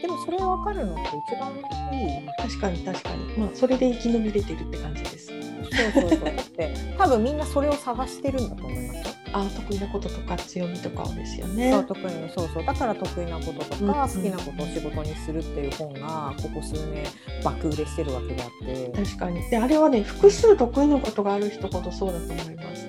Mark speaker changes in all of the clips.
Speaker 1: でもそれ分かるのって一番いい
Speaker 2: 確かに確かにまあそれで生き延びれてるって感じです
Speaker 1: そうそうそう って多分みんなそれを探してるんだと思いますよ
Speaker 2: あー得意なこととか強みとかをですよね
Speaker 1: そう得意なそうそうだから得意なことと
Speaker 2: うんうん
Speaker 1: か好きなことを仕事にするっていう本がここ数年爆売れしてるわけであって
Speaker 2: 確かにであれはね複数得意なことがある人ほどそうだと思います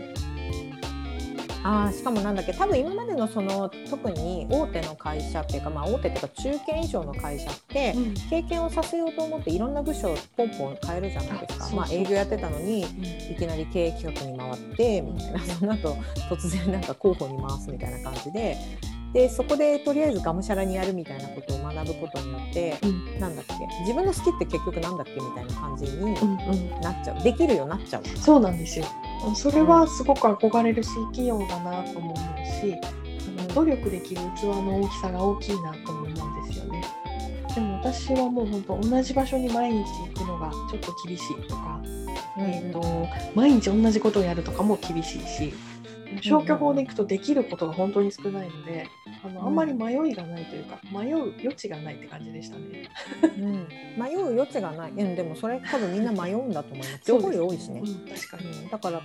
Speaker 1: あーしかもなんだっけ多分今までのその特に大手の会社っていうか、まあ、大手っていうか中堅以上の会社って
Speaker 2: うん
Speaker 1: 経験をさせようと思っていろんな部署をポンポン変えるじゃないです
Speaker 2: あそう
Speaker 1: か
Speaker 2: そう
Speaker 1: まあ、営業やってたのに
Speaker 2: う
Speaker 1: いきなり経営企画に回ってみたいな その後突然なんか広報に回すみたいな感じででそこでとりあえずがむしゃらにやるみたいなことを学ぶことによって、
Speaker 2: うん
Speaker 1: なんだっけ自分の好きって結局なんだっけみたいな感じに
Speaker 2: んうん
Speaker 1: なっちゃう、できるようになっちゃう。
Speaker 2: そうなんですよそれはすごく憧れるし企業だなとも思うしあの努力できる器の大きさが大きいなとも思うんですよねでも私はもう本当同じ場所に毎日行くのがちょっと厳しいとか、えー、と毎日同じことをやるとかも厳しいし消去法でいくとできることが本当に少ないのであのあんまり迷いがないというか迷う余地がないって感じでしたね。
Speaker 1: うん 迷う余地がない、うん、でもそれ多分みんな迷うんだと思いますすごい多いしね
Speaker 2: う。ん、確かに
Speaker 1: うんだから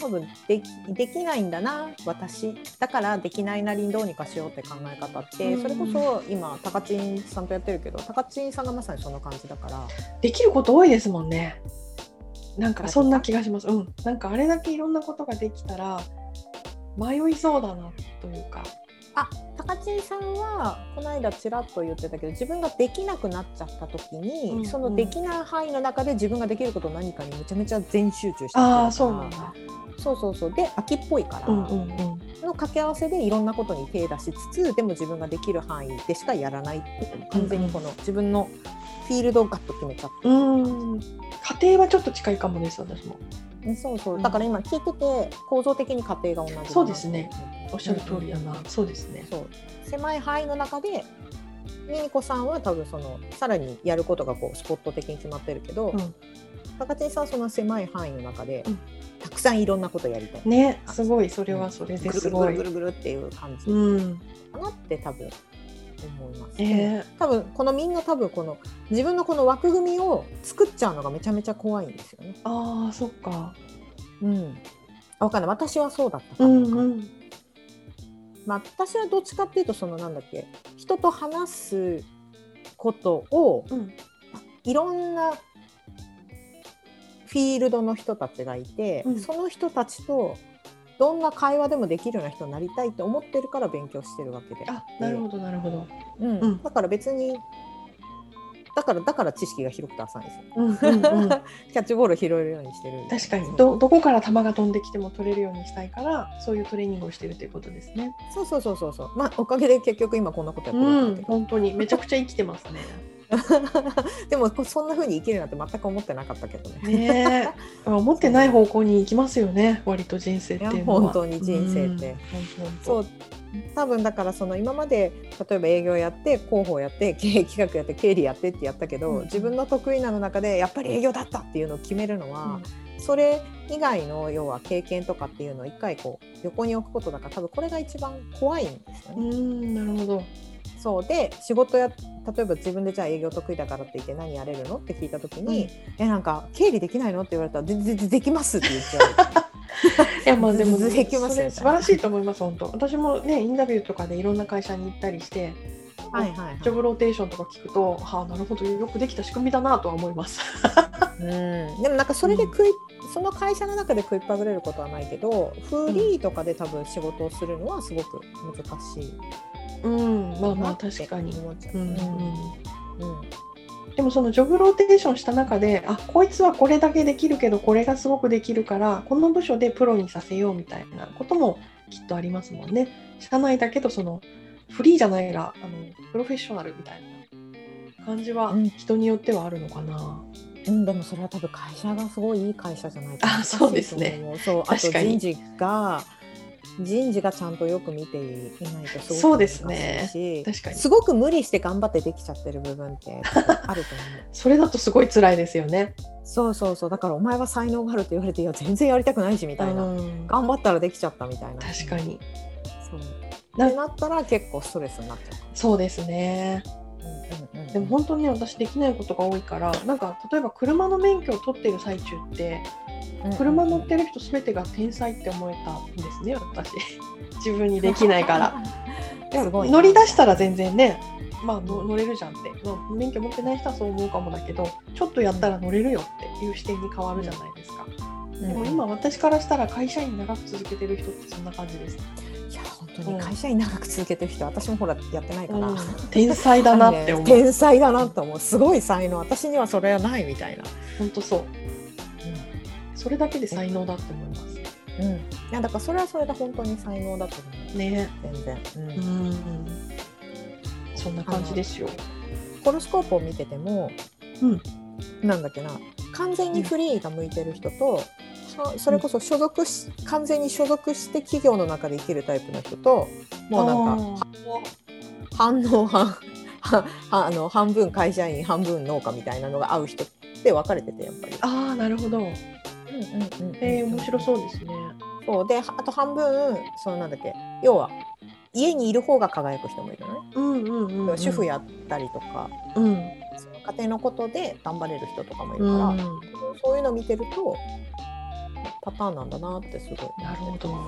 Speaker 1: 多分できできないんだな私だからできないなりにどうにかしようって考え方って、
Speaker 2: うん
Speaker 1: それこそ今高知さんとやってるけど高知さんがまさにその感じだから
Speaker 2: できること多いですもんね。なんかそんな気がします。うん、なんかあれだけいろんなことができたら迷いそうだなというか。
Speaker 1: 高知さんはこの間ちらっと言ってたけど自分ができなくなっちゃった時に、
Speaker 2: うん
Speaker 1: そのできない範囲の中で自分ができること何かにめちゃめちゃ全集中して
Speaker 2: あ
Speaker 1: る
Speaker 2: あ、そうなんだ。
Speaker 1: そうそうそうで秋っぽいから、
Speaker 2: うんうんうん。
Speaker 1: の掛け合わせでいろんなことに手出しつつでも自分ができる範囲でしかやらない完全にこの自分のフィールドをガッと決めちゃっ
Speaker 2: うーん、家庭はちょっと近いかもです。私も
Speaker 1: た、そうそううんだから今聞いてて構造的に家庭が同じだな
Speaker 2: そうですねおっしゃる通りだな。そうですね。
Speaker 1: そう狭い範囲の中でミニコさんは多分そのさらにやることがこうスポット的に決まってるけど、
Speaker 2: うん
Speaker 1: 高知さんはその狭い範囲の中で、
Speaker 2: うん
Speaker 1: たくさんいろんなことやりたい。
Speaker 2: ね、すごいそれはそれ
Speaker 1: ぐ
Speaker 2: で
Speaker 1: るぐ
Speaker 2: す
Speaker 1: る
Speaker 2: ごい
Speaker 1: ぐ。るぐるっていう感じ
Speaker 2: うん。
Speaker 1: かなって多分思います。
Speaker 2: え
Speaker 1: 多分このみんな多分この自分のこの枠組みを作っちゃうのがめちゃめちゃ怖いんですよね。
Speaker 2: ー、ああ、そっか。
Speaker 1: うん、あわかんない私はそうだったか
Speaker 2: う
Speaker 1: ら、
Speaker 2: んうん。
Speaker 1: まあ、私はどっちかっていうとそのなんだっけ人と話すことを
Speaker 2: うん。
Speaker 1: いろんなフィールドの人たちがいて、
Speaker 2: うん
Speaker 1: その人たちとどんな会話でもできるような人になりたいと思ってるから勉強してるわけで
Speaker 2: あ、なるほどなるほど。
Speaker 1: うん
Speaker 2: うん
Speaker 1: だから別にだからだから知識が広くて浅いんですよ。
Speaker 2: うんうん うん。
Speaker 1: キャッチボールを拾えるようにしてる
Speaker 2: 確か
Speaker 1: そ
Speaker 2: に
Speaker 1: う
Speaker 2: どどこから球が飛んできても取れるようにしたいからそういうトレーニングをしてるということですね。
Speaker 1: そうそうそうそうそうまあおかげで結局今こんなことやってるんだけど、
Speaker 2: 本当にめちゃくちゃ生きてますね。
Speaker 1: でもこそんな風に生きるなんて全く思ってなかったけどね
Speaker 2: ね え、思ってない方向に行きますよね。割と人生っていうのは。
Speaker 1: いや本当に人生って
Speaker 2: うん。本当
Speaker 1: そう多分だからその今まで例えば営業やって広報やって経営企画やって経理やってってやったけど、
Speaker 2: うん
Speaker 1: 自分の得意なの中でやっぱり営業だったっていうのを決めるのは、
Speaker 2: 本当
Speaker 1: それ以外の要は経験とかっていうのを一回こう横に置くことだから多分これが一番怖いんですよね。
Speaker 2: うん、うんなるほど。
Speaker 1: そうで仕事や例えば自分でじゃあ営業得意だからって言って何やれるのって聞いた時に「えなんか経理できないの?」って言われたら「でででできます」って言っちゃう
Speaker 2: いやまあでも、
Speaker 1: ずっと行きます
Speaker 2: そ
Speaker 1: よ
Speaker 2: れ素晴らしいと思います本当。私もねインタビューとかでいろんな会社に行ったりして。
Speaker 1: はいはい、
Speaker 2: ジョ
Speaker 1: は
Speaker 2: ブローテーションとか聞くと、はあ、なるほど、よくできた仕組みだなとは思います。
Speaker 1: い、 うんでもなんかそれで食い、その会社の中で食いっぱぐれることはないけどフリーとかで多分仕事をするのはすごく難しい
Speaker 2: うん、まあま
Speaker 1: な
Speaker 2: あ、
Speaker 1: って
Speaker 2: 確かに。
Speaker 1: 思っちゃう、
Speaker 2: うんうんうん
Speaker 1: うん
Speaker 2: でもそのジョブローテーションした中であこいつはこれだけできるけどこれがすごくできるからこの部署でプロにさせようみたいなこともきっとありますもんね。社内だけどそのフリーじゃないがあのプロフェッショナルみたいな感じは
Speaker 1: うん
Speaker 2: 人によってはあるのかな。
Speaker 1: うん、でもそれは多分会社がすごいいい会社じゃないと
Speaker 2: あそうですね
Speaker 1: 難しいと思う。そうあと
Speaker 2: 確かに
Speaker 1: 人事が人事がちゃんとよく見ていないとす
Speaker 2: そ
Speaker 1: ごく難
Speaker 2: うで
Speaker 1: し
Speaker 2: すね
Speaker 1: いし、
Speaker 2: 確かに
Speaker 1: すごく無理して頑張ってできちゃってる部分って多分あると思う。
Speaker 2: それだとすごい辛いですよね。
Speaker 1: そうそうそうだからお前は才能があるって言われていや全然やりたくないしみたいな、
Speaker 2: うん
Speaker 1: 頑張ったらできちゃったみたいな。
Speaker 2: 確かに
Speaker 1: そう。
Speaker 2: な
Speaker 1: ってなったら結構ストレスになっちゃう。
Speaker 2: そうですね。でも本当にね私できないことが多いからなんか例えば車の免許を取ってる最中って車乗ってる人全てが天才って思えたんですね私 自分にできないから。で も
Speaker 1: すごいね
Speaker 2: 乗り出したら全然ね、まあ、の乗れるじゃんって、まあ、免許持ってない人はそう思うかもだけどちょっとやったら乗れるよっていう視点に変わるじゃないですか。
Speaker 1: うん
Speaker 2: でも今私からしたら会社員長く続けてる人ってそんな感じです。
Speaker 1: いや本当に会社員長く続けてる人私もほらやってないから、
Speaker 2: 天才だなって思 う。
Speaker 1: 天才だなと思うすごい才能私にはそれはないみたいな、
Speaker 2: 本当そう。それだけで才能だって思います。
Speaker 1: うんいやだからそれはそれで本当に才能だと思う
Speaker 2: ね。
Speaker 1: 全然、うん
Speaker 2: うん。そんな感じですよ。
Speaker 1: ホロスコープを見てても、
Speaker 2: うん
Speaker 1: なんだっけな完全にフリーが向いてる人と、そそれこそ所属し完全に所属して企業の中で生きるタイプの人ともうなんか
Speaker 2: んか。
Speaker 1: 反応 半あの半分会社員半分農家みたいなのが合う人って分かれててやっぱり。
Speaker 2: あーなるほど。へえ面白そうですね。
Speaker 1: そうであと半分そのなんだっけ要は家にいる方が輝く人もいるのね、
Speaker 2: うんうんうん、
Speaker 1: 主婦。やったりとか
Speaker 2: うん。
Speaker 1: その家庭のことで頑張れる人とかもいる
Speaker 2: う
Speaker 1: か
Speaker 2: ん。
Speaker 1: ら、
Speaker 2: なる
Speaker 1: そういうのを見てるとパターンなんだなってすごい思って
Speaker 2: ほど。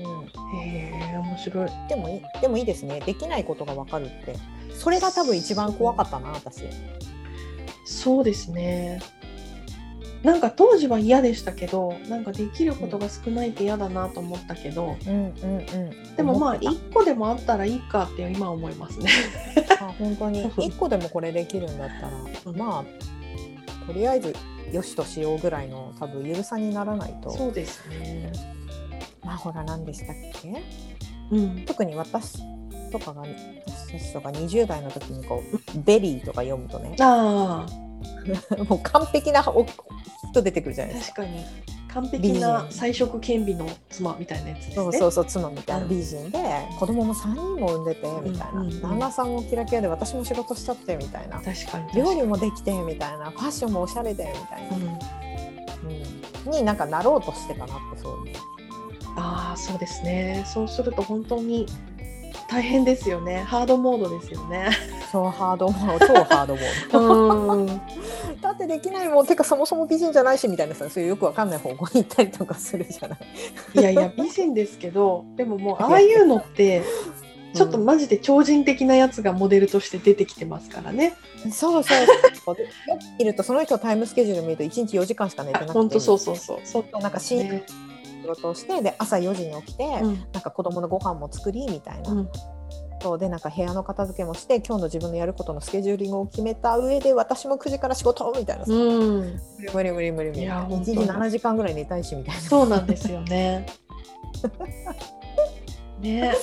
Speaker 1: う
Speaker 2: へえ面白い。
Speaker 1: ん、でもいいでもいいですねできないことが分かるってそれが多分一番怖かったな私
Speaker 2: そうですね。なんか当時は嫌でしたけど、なんかできることが少ないって嫌だなと思ったけど、
Speaker 1: うんうんうん
Speaker 2: でもまあ
Speaker 1: い
Speaker 2: 一個でもあったらいいかって今は思いますね。
Speaker 1: 本当に1個でもこれできるんだったらまあとりあえずよしとしようぐらいの多分ゆるさにならないと
Speaker 2: そうですね。
Speaker 1: まあほら何でしたっけ
Speaker 2: うん。
Speaker 1: 特に私とかが私たちとか20代の時にこう「ベリー」とか読むとね
Speaker 2: ああ
Speaker 1: もう完璧なお人出てくるじゃないですか
Speaker 2: 確。かに完璧な菜食兼備の妻みたいなやつですね。
Speaker 1: そうそうそう妻みたいな
Speaker 2: うん
Speaker 1: 美人で子供も3人も産んでてみたい
Speaker 2: う
Speaker 1: な
Speaker 2: んうんうん
Speaker 1: 旦那さんもキラキラで私も仕事しちゃってみたいな
Speaker 2: 確かに
Speaker 1: 料理もできてみたいなファッションもおしゃれでみたいな
Speaker 2: う、ん、
Speaker 1: うんになんかなろうとしてたなってそう思う
Speaker 2: ああそうですねそうすると本当に大変ですよねハードモードですよね
Speaker 1: 超ハードモード超ハードモー
Speaker 2: うん
Speaker 1: ド だってできないもんてかそもそも美人じゃないしみたいなさそういうよくわかんない方向に行ったりとかするじゃない
Speaker 2: いやいや美人ですけどでももうああいうのってちょっとマジで超人的なやつがモデルとして出てきてますからね
Speaker 1: そうそうそうでよく見るとその人のタイムスケジュール見ると1日4時間しか寝てなくて
Speaker 2: 本当そうそうそうそう
Speaker 1: なんか深夜
Speaker 2: ね
Speaker 1: 仕事をしてで朝4時に起きて、
Speaker 2: うん
Speaker 1: なんか子供のご飯も作りみたいな、
Speaker 2: うん
Speaker 1: そうでなんか部屋の片付けもして今日の自分のやることのスケジューリングを決めた上で私も9時から仕事みたいな、
Speaker 2: うん、
Speaker 1: 無理無理無理無理
Speaker 2: いや
Speaker 1: 1
Speaker 2: 本当
Speaker 1: 日
Speaker 2: に
Speaker 1: 7時間ぐらい寝たいしみたいな
Speaker 2: そうなんですよ ね。ね、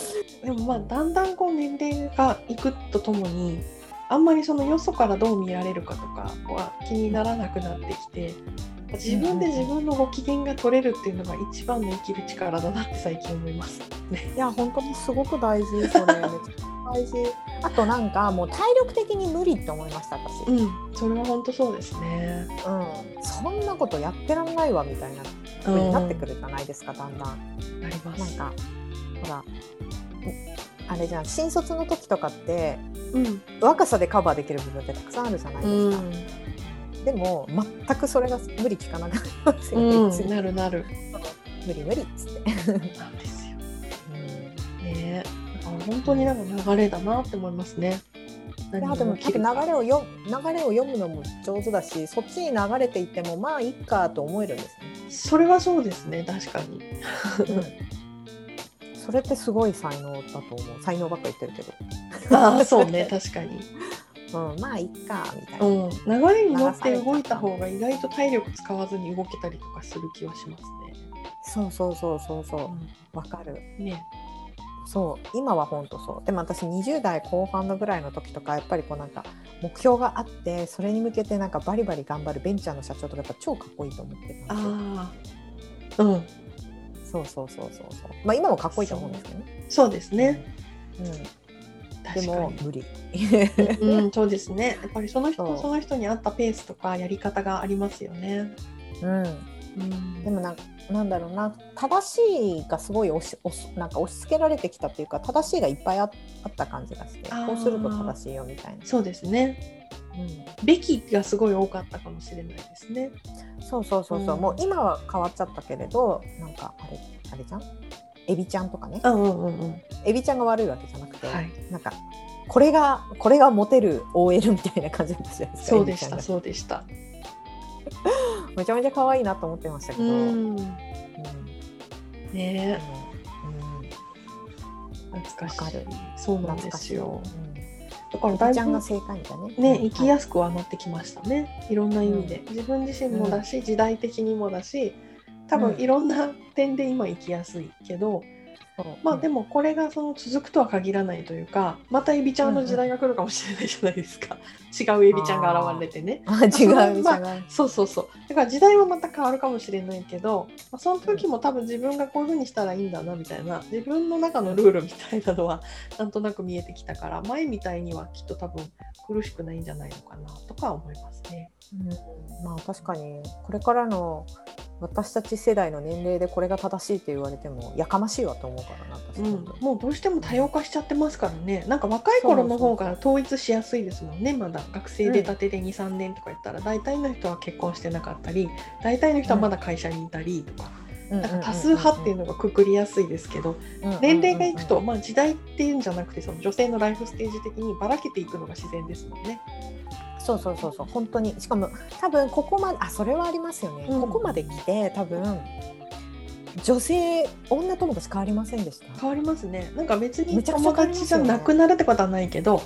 Speaker 2: でもまあだんだんこう年齢がいくとともにあんまりそのよそからどう見られるかとかは気にならなくなってきて自分で自分のご機嫌が取れるっていうのが一番の生きる力だなって最近思います。
Speaker 1: いや本当にすごく大 事それめっちゃ大事あとなんかもう体力的に無理って思いました私、うん
Speaker 2: ん、それは本当そうですね。
Speaker 1: そんなことやってらんないわみたいな風になってくるじゃないですか、だんだん。
Speaker 2: うんなりま
Speaker 1: なん
Speaker 2: す。
Speaker 1: かほらあれじゃん新卒の時とかって
Speaker 2: うん、
Speaker 1: 若さでカバーできる部分ってたくさんあるじゃないですか、でも全くそれが無理聞かなくなりますよね、
Speaker 2: う
Speaker 1: いつ
Speaker 2: ん、
Speaker 1: も
Speaker 2: なるなる。
Speaker 1: 無理無理っつって、
Speaker 2: なんですよ。ね、だから本当になんか流れだなって思いますね。
Speaker 1: いやでも多分流れを読む流れを読むのも上手だしそっちに流れていってもまあいっかと思えるんです
Speaker 2: それはそうですね確かに
Speaker 1: ね、それってすごい才能だと思う才能ばっか言ってるけ
Speaker 2: ああそうね確か に、
Speaker 1: ど、うん、まあいっかみたいな、
Speaker 2: うん、流れに乗って動いた方が意外と体力使わずに動けたりとかする気はします
Speaker 1: そうそうそうそうそ
Speaker 2: ね、
Speaker 1: うわかる
Speaker 2: うん、ね
Speaker 1: そう今は本当そうでも私20代後半のぐらいの時とかやっぱりこうなんか目標があってそれに向けてなんかバリバリ頑張るベンチャーの社長とかやっぱ超かっこいいと思ってたんで
Speaker 2: ああうん
Speaker 1: すよそうそうそうそうそうまあ今もかっこいいと思うんですけどね
Speaker 2: そうですね
Speaker 1: うん、で
Speaker 2: 確か
Speaker 1: も
Speaker 2: に
Speaker 1: 無理
Speaker 2: うんそうですねやっぱりその人
Speaker 1: そう
Speaker 2: その人に合ったペースとかやり方がありますよね
Speaker 1: うん
Speaker 2: うん
Speaker 1: でもなんなんだろうな正しいがすごい押し押しなんか押し付けられてきたというか正しいがいっぱいああった感じがして
Speaker 2: あー
Speaker 1: こうすると正しいよみたいな、
Speaker 2: そうですね。
Speaker 1: う
Speaker 2: べきがすごい多かったかもしれないですね。
Speaker 1: ん、そうそうそうそう、
Speaker 2: うん
Speaker 1: もう今は変わっちゃったけれどなんかあれあれじゃんエビちゃんとかね
Speaker 2: うんうんうんうん。
Speaker 1: エビちゃんが悪いわけじゃなくて、
Speaker 2: はい。
Speaker 1: なんかこれがこれがモテる OL みたいな感じだったじゃないですか
Speaker 2: そうでし
Speaker 1: エ
Speaker 2: た
Speaker 1: ビち
Speaker 2: そうでした。
Speaker 1: ゃんがめちゃめちゃ可愛いなと思ってましたけ
Speaker 2: う
Speaker 1: ど、うん
Speaker 2: ん。
Speaker 1: で
Speaker 2: ね
Speaker 1: もうん
Speaker 2: 懐かし
Speaker 1: わか
Speaker 2: い
Speaker 1: る。
Speaker 2: そうなんで
Speaker 1: 懐かし
Speaker 2: す
Speaker 1: い
Speaker 2: よ
Speaker 1: よ。。
Speaker 2: だから
Speaker 1: エ
Speaker 2: だ
Speaker 1: ビ
Speaker 2: い
Speaker 1: ちゃん
Speaker 2: ぶ
Speaker 1: が正解みたいなね。
Speaker 2: ね生きやすくはなってきましたね。いろんな意味で、自分自身もだし、時代的にもだし、多分
Speaker 1: うん
Speaker 2: いろんな点で今生きやすいけど、
Speaker 1: そう
Speaker 2: まあで
Speaker 1: も、
Speaker 2: もこれがその続くとは限らないというか、またエビちゃんの時代が来るかもしれないじゃないですか。違うエビちゃんが現れてね。
Speaker 1: あ違
Speaker 2: まあ
Speaker 1: う、
Speaker 2: まあ
Speaker 1: 違う。
Speaker 2: そうそうそうだから時代はまた変わるかもしれないけど、まあ、その時も多分自分がこういう風にしたらいいんだなみたいな自分の中のルールみたいなのはなんとなく見えてきたから前みたいにはきっと多分苦しくないんじゃないのかなとか思いますね。
Speaker 1: うんまあ確かにこれからの私たち世代の年齢でこれが正しいって言われてもやかましいわと思うからな私
Speaker 2: う
Speaker 1: は、
Speaker 2: ん、もうどうしても多様化しちゃってますからねなんか若い頃の方が統一しやすいですもんねまだ学生出たてで23年とか言ったら大体の人は結婚してなかったり大体の人はまだ会社にいたりとか
Speaker 1: うん
Speaker 2: なんか多数派っていうのがくくりやすいですけど年齢がいくと、、まあ、時代っていうんじゃなくてその女性のライフステージ的にばらけていくのが自然ですもんね。
Speaker 1: そうそうそうそう本当にしかも多分ここまであそれはありますよね、
Speaker 2: うん
Speaker 1: ここまで来て多分女性女友達変わりませんでした
Speaker 2: 変わりますねなんか別に
Speaker 1: めちゃくちゃ
Speaker 2: 友
Speaker 1: 変わります
Speaker 2: 達
Speaker 1: よね
Speaker 2: じゃなくなるってことはないけど、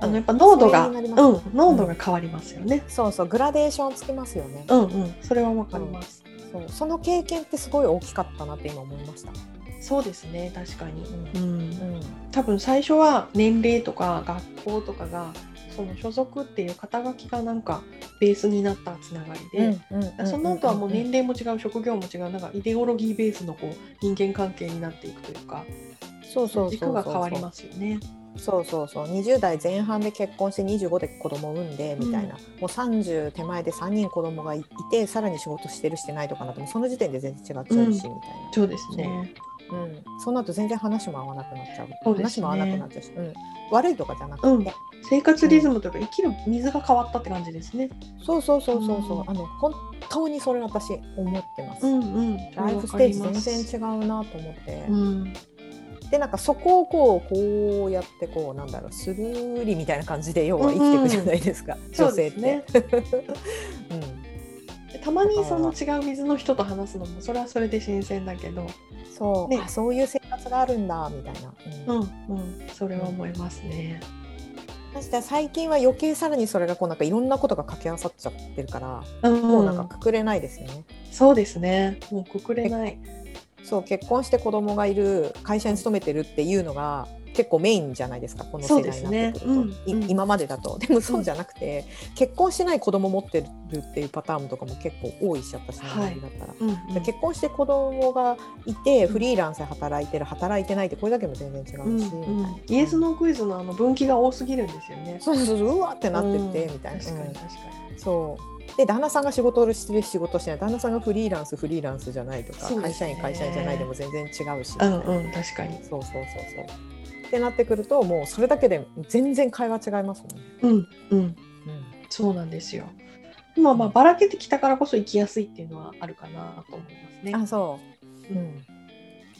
Speaker 2: あ
Speaker 1: うん
Speaker 2: のやっぱ濃度が、
Speaker 1: 疎
Speaker 2: う
Speaker 1: 遠にな
Speaker 2: ん
Speaker 1: ります
Speaker 2: 濃度が変わりますよね。
Speaker 1: そうそうグラデーションつきますよね、
Speaker 2: うんうんそれはわかります。
Speaker 1: そうその経験ってすごい大きかったなって今思いました、
Speaker 2: そうですね確かに、
Speaker 1: う
Speaker 2: うん
Speaker 1: ん
Speaker 2: 多分最初は年齢とか学校とかがその所属っていう肩書きがなんかベースになったつながりで。
Speaker 1: うん
Speaker 2: その後はもう年齢も違う職業も違うなんかイデオロギーベースのこう人間関係になっていくというか
Speaker 1: そうそうそうそう
Speaker 2: 軸が変わりますよね。
Speaker 1: そうそうそう20代前半で結婚して25で子供産んでみたいな、も
Speaker 2: う
Speaker 1: う30手前で3人子供がいいてさらに仕事してるしてないとかなってもうその時点で全然違っちゃうし、みたいな
Speaker 2: そうですね。
Speaker 1: うん、そうなると全然話も合わなくなっちゃう。
Speaker 2: そうで
Speaker 1: 話
Speaker 2: すね
Speaker 1: も合わなくなっちゃうし、うん、悪いとかじゃなくて、
Speaker 2: うん生活リズムというか生きる水が変わったって感じですね。
Speaker 1: そうそうそうそうそう、
Speaker 2: うん
Speaker 1: あの本当にそれ私思ってます。
Speaker 2: うん。
Speaker 1: ライフステージ全然違うなと思って、
Speaker 2: うん。
Speaker 1: でなんかそこをこうこうやってこうなんだろうスルーリみたいな感じで要は生きていくじゃないですか、
Speaker 2: ん
Speaker 1: 女性って。
Speaker 2: そうで
Speaker 1: うん、
Speaker 2: でたまにその違う水の人と話すのもそれはそれで新鮮だけど、
Speaker 1: そう、
Speaker 2: ね
Speaker 1: あそういう生活があるんだみたいな。うん
Speaker 2: うんうんそれは思いますね。
Speaker 1: そして最近は余計さらにそれがこうなんかいろんなことが掛け合わさっちゃってるから、
Speaker 2: うん。
Speaker 1: もうなんかくくれないですよね。
Speaker 2: そうですね。もうくくれない。
Speaker 1: そう結婚して子供がいる会社に勤めてるっていうのが結構メインじゃないですかこの世代になってくると、
Speaker 2: そうですねうん
Speaker 1: い
Speaker 2: うん
Speaker 1: 今までだとでもそうじゃなくて、結婚してない子供持ってるっていうパターンとかも結構多いし私の周りだったら。
Speaker 2: うんうん。
Speaker 1: で結婚して子供がいて
Speaker 2: うん
Speaker 1: フリーランスで働いてる働いてないってこれだけでも全然違
Speaker 2: うん
Speaker 1: うし、
Speaker 2: うん。イエスノークイズのあの分岐が多すぎるんですよね。
Speaker 1: そうそうそううわってなってて、
Speaker 2: うん
Speaker 1: みたいな。
Speaker 2: 確か
Speaker 1: うん
Speaker 2: に確かに。
Speaker 1: そうで旦那さんが仕事をしてる仕事をしてない旦那さんがフリーランスフリーランスじゃないとか、
Speaker 2: そうで
Speaker 1: 会
Speaker 2: す
Speaker 1: 社
Speaker 2: ね
Speaker 1: 員会社員じゃないでも全然違うし、
Speaker 2: うんうん確かに。
Speaker 1: そうそうそうそう。ってなってくるともうそれだけで全然会話違いますもんね。
Speaker 2: うんうんそうなんですよ。今まあばらけてきたからこそ生きやすいっていうのはあるかなと思いますね。
Speaker 1: あそう、
Speaker 2: うん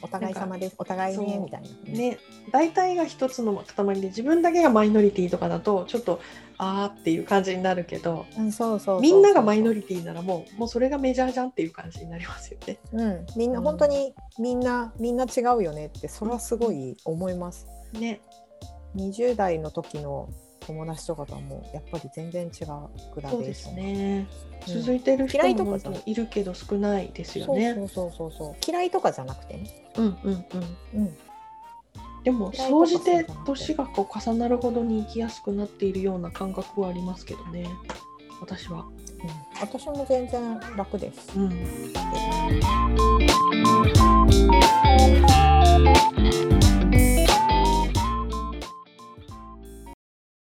Speaker 1: お互い様ですお互い
Speaker 2: そ
Speaker 1: ね
Speaker 2: う
Speaker 1: みたいな。
Speaker 2: ね大体が一つの塊で自分だけがマイノリティとかだとちょっとあーっていう感じになるけど。
Speaker 1: うん、そうそうそう
Speaker 2: みんながマイノリティならもうもうそれがメジャーじゃんっていう感じになりますよね。
Speaker 1: うん、みんな
Speaker 2: うん
Speaker 1: 本当にみんなみんな違うよねってそれはすごい思います。
Speaker 2: ね
Speaker 1: 20代の時の友達とかとはもうやっぱり全然違うグラデ
Speaker 2: そう
Speaker 1: ー
Speaker 2: で
Speaker 1: シ
Speaker 2: す
Speaker 1: ョン。う
Speaker 2: ね。
Speaker 1: ん
Speaker 2: 続いてる人
Speaker 1: 嫌いと
Speaker 2: も
Speaker 1: か
Speaker 2: 本
Speaker 1: じゃ
Speaker 2: 当
Speaker 1: ない
Speaker 2: いるけど少ないですよ
Speaker 1: そう
Speaker 2: ね。
Speaker 1: そうそうそうそう嫌いとかじゃなくてね。
Speaker 2: うんうんうん。
Speaker 1: うん、
Speaker 2: でも
Speaker 1: 嫌いとか
Speaker 2: 総じて
Speaker 1: そうじゃなくて
Speaker 2: 年がこう重なるほどに生きやすくなっているような感覚はありますけどね私
Speaker 1: う
Speaker 2: は。
Speaker 1: ん、私も全然楽です。
Speaker 2: うん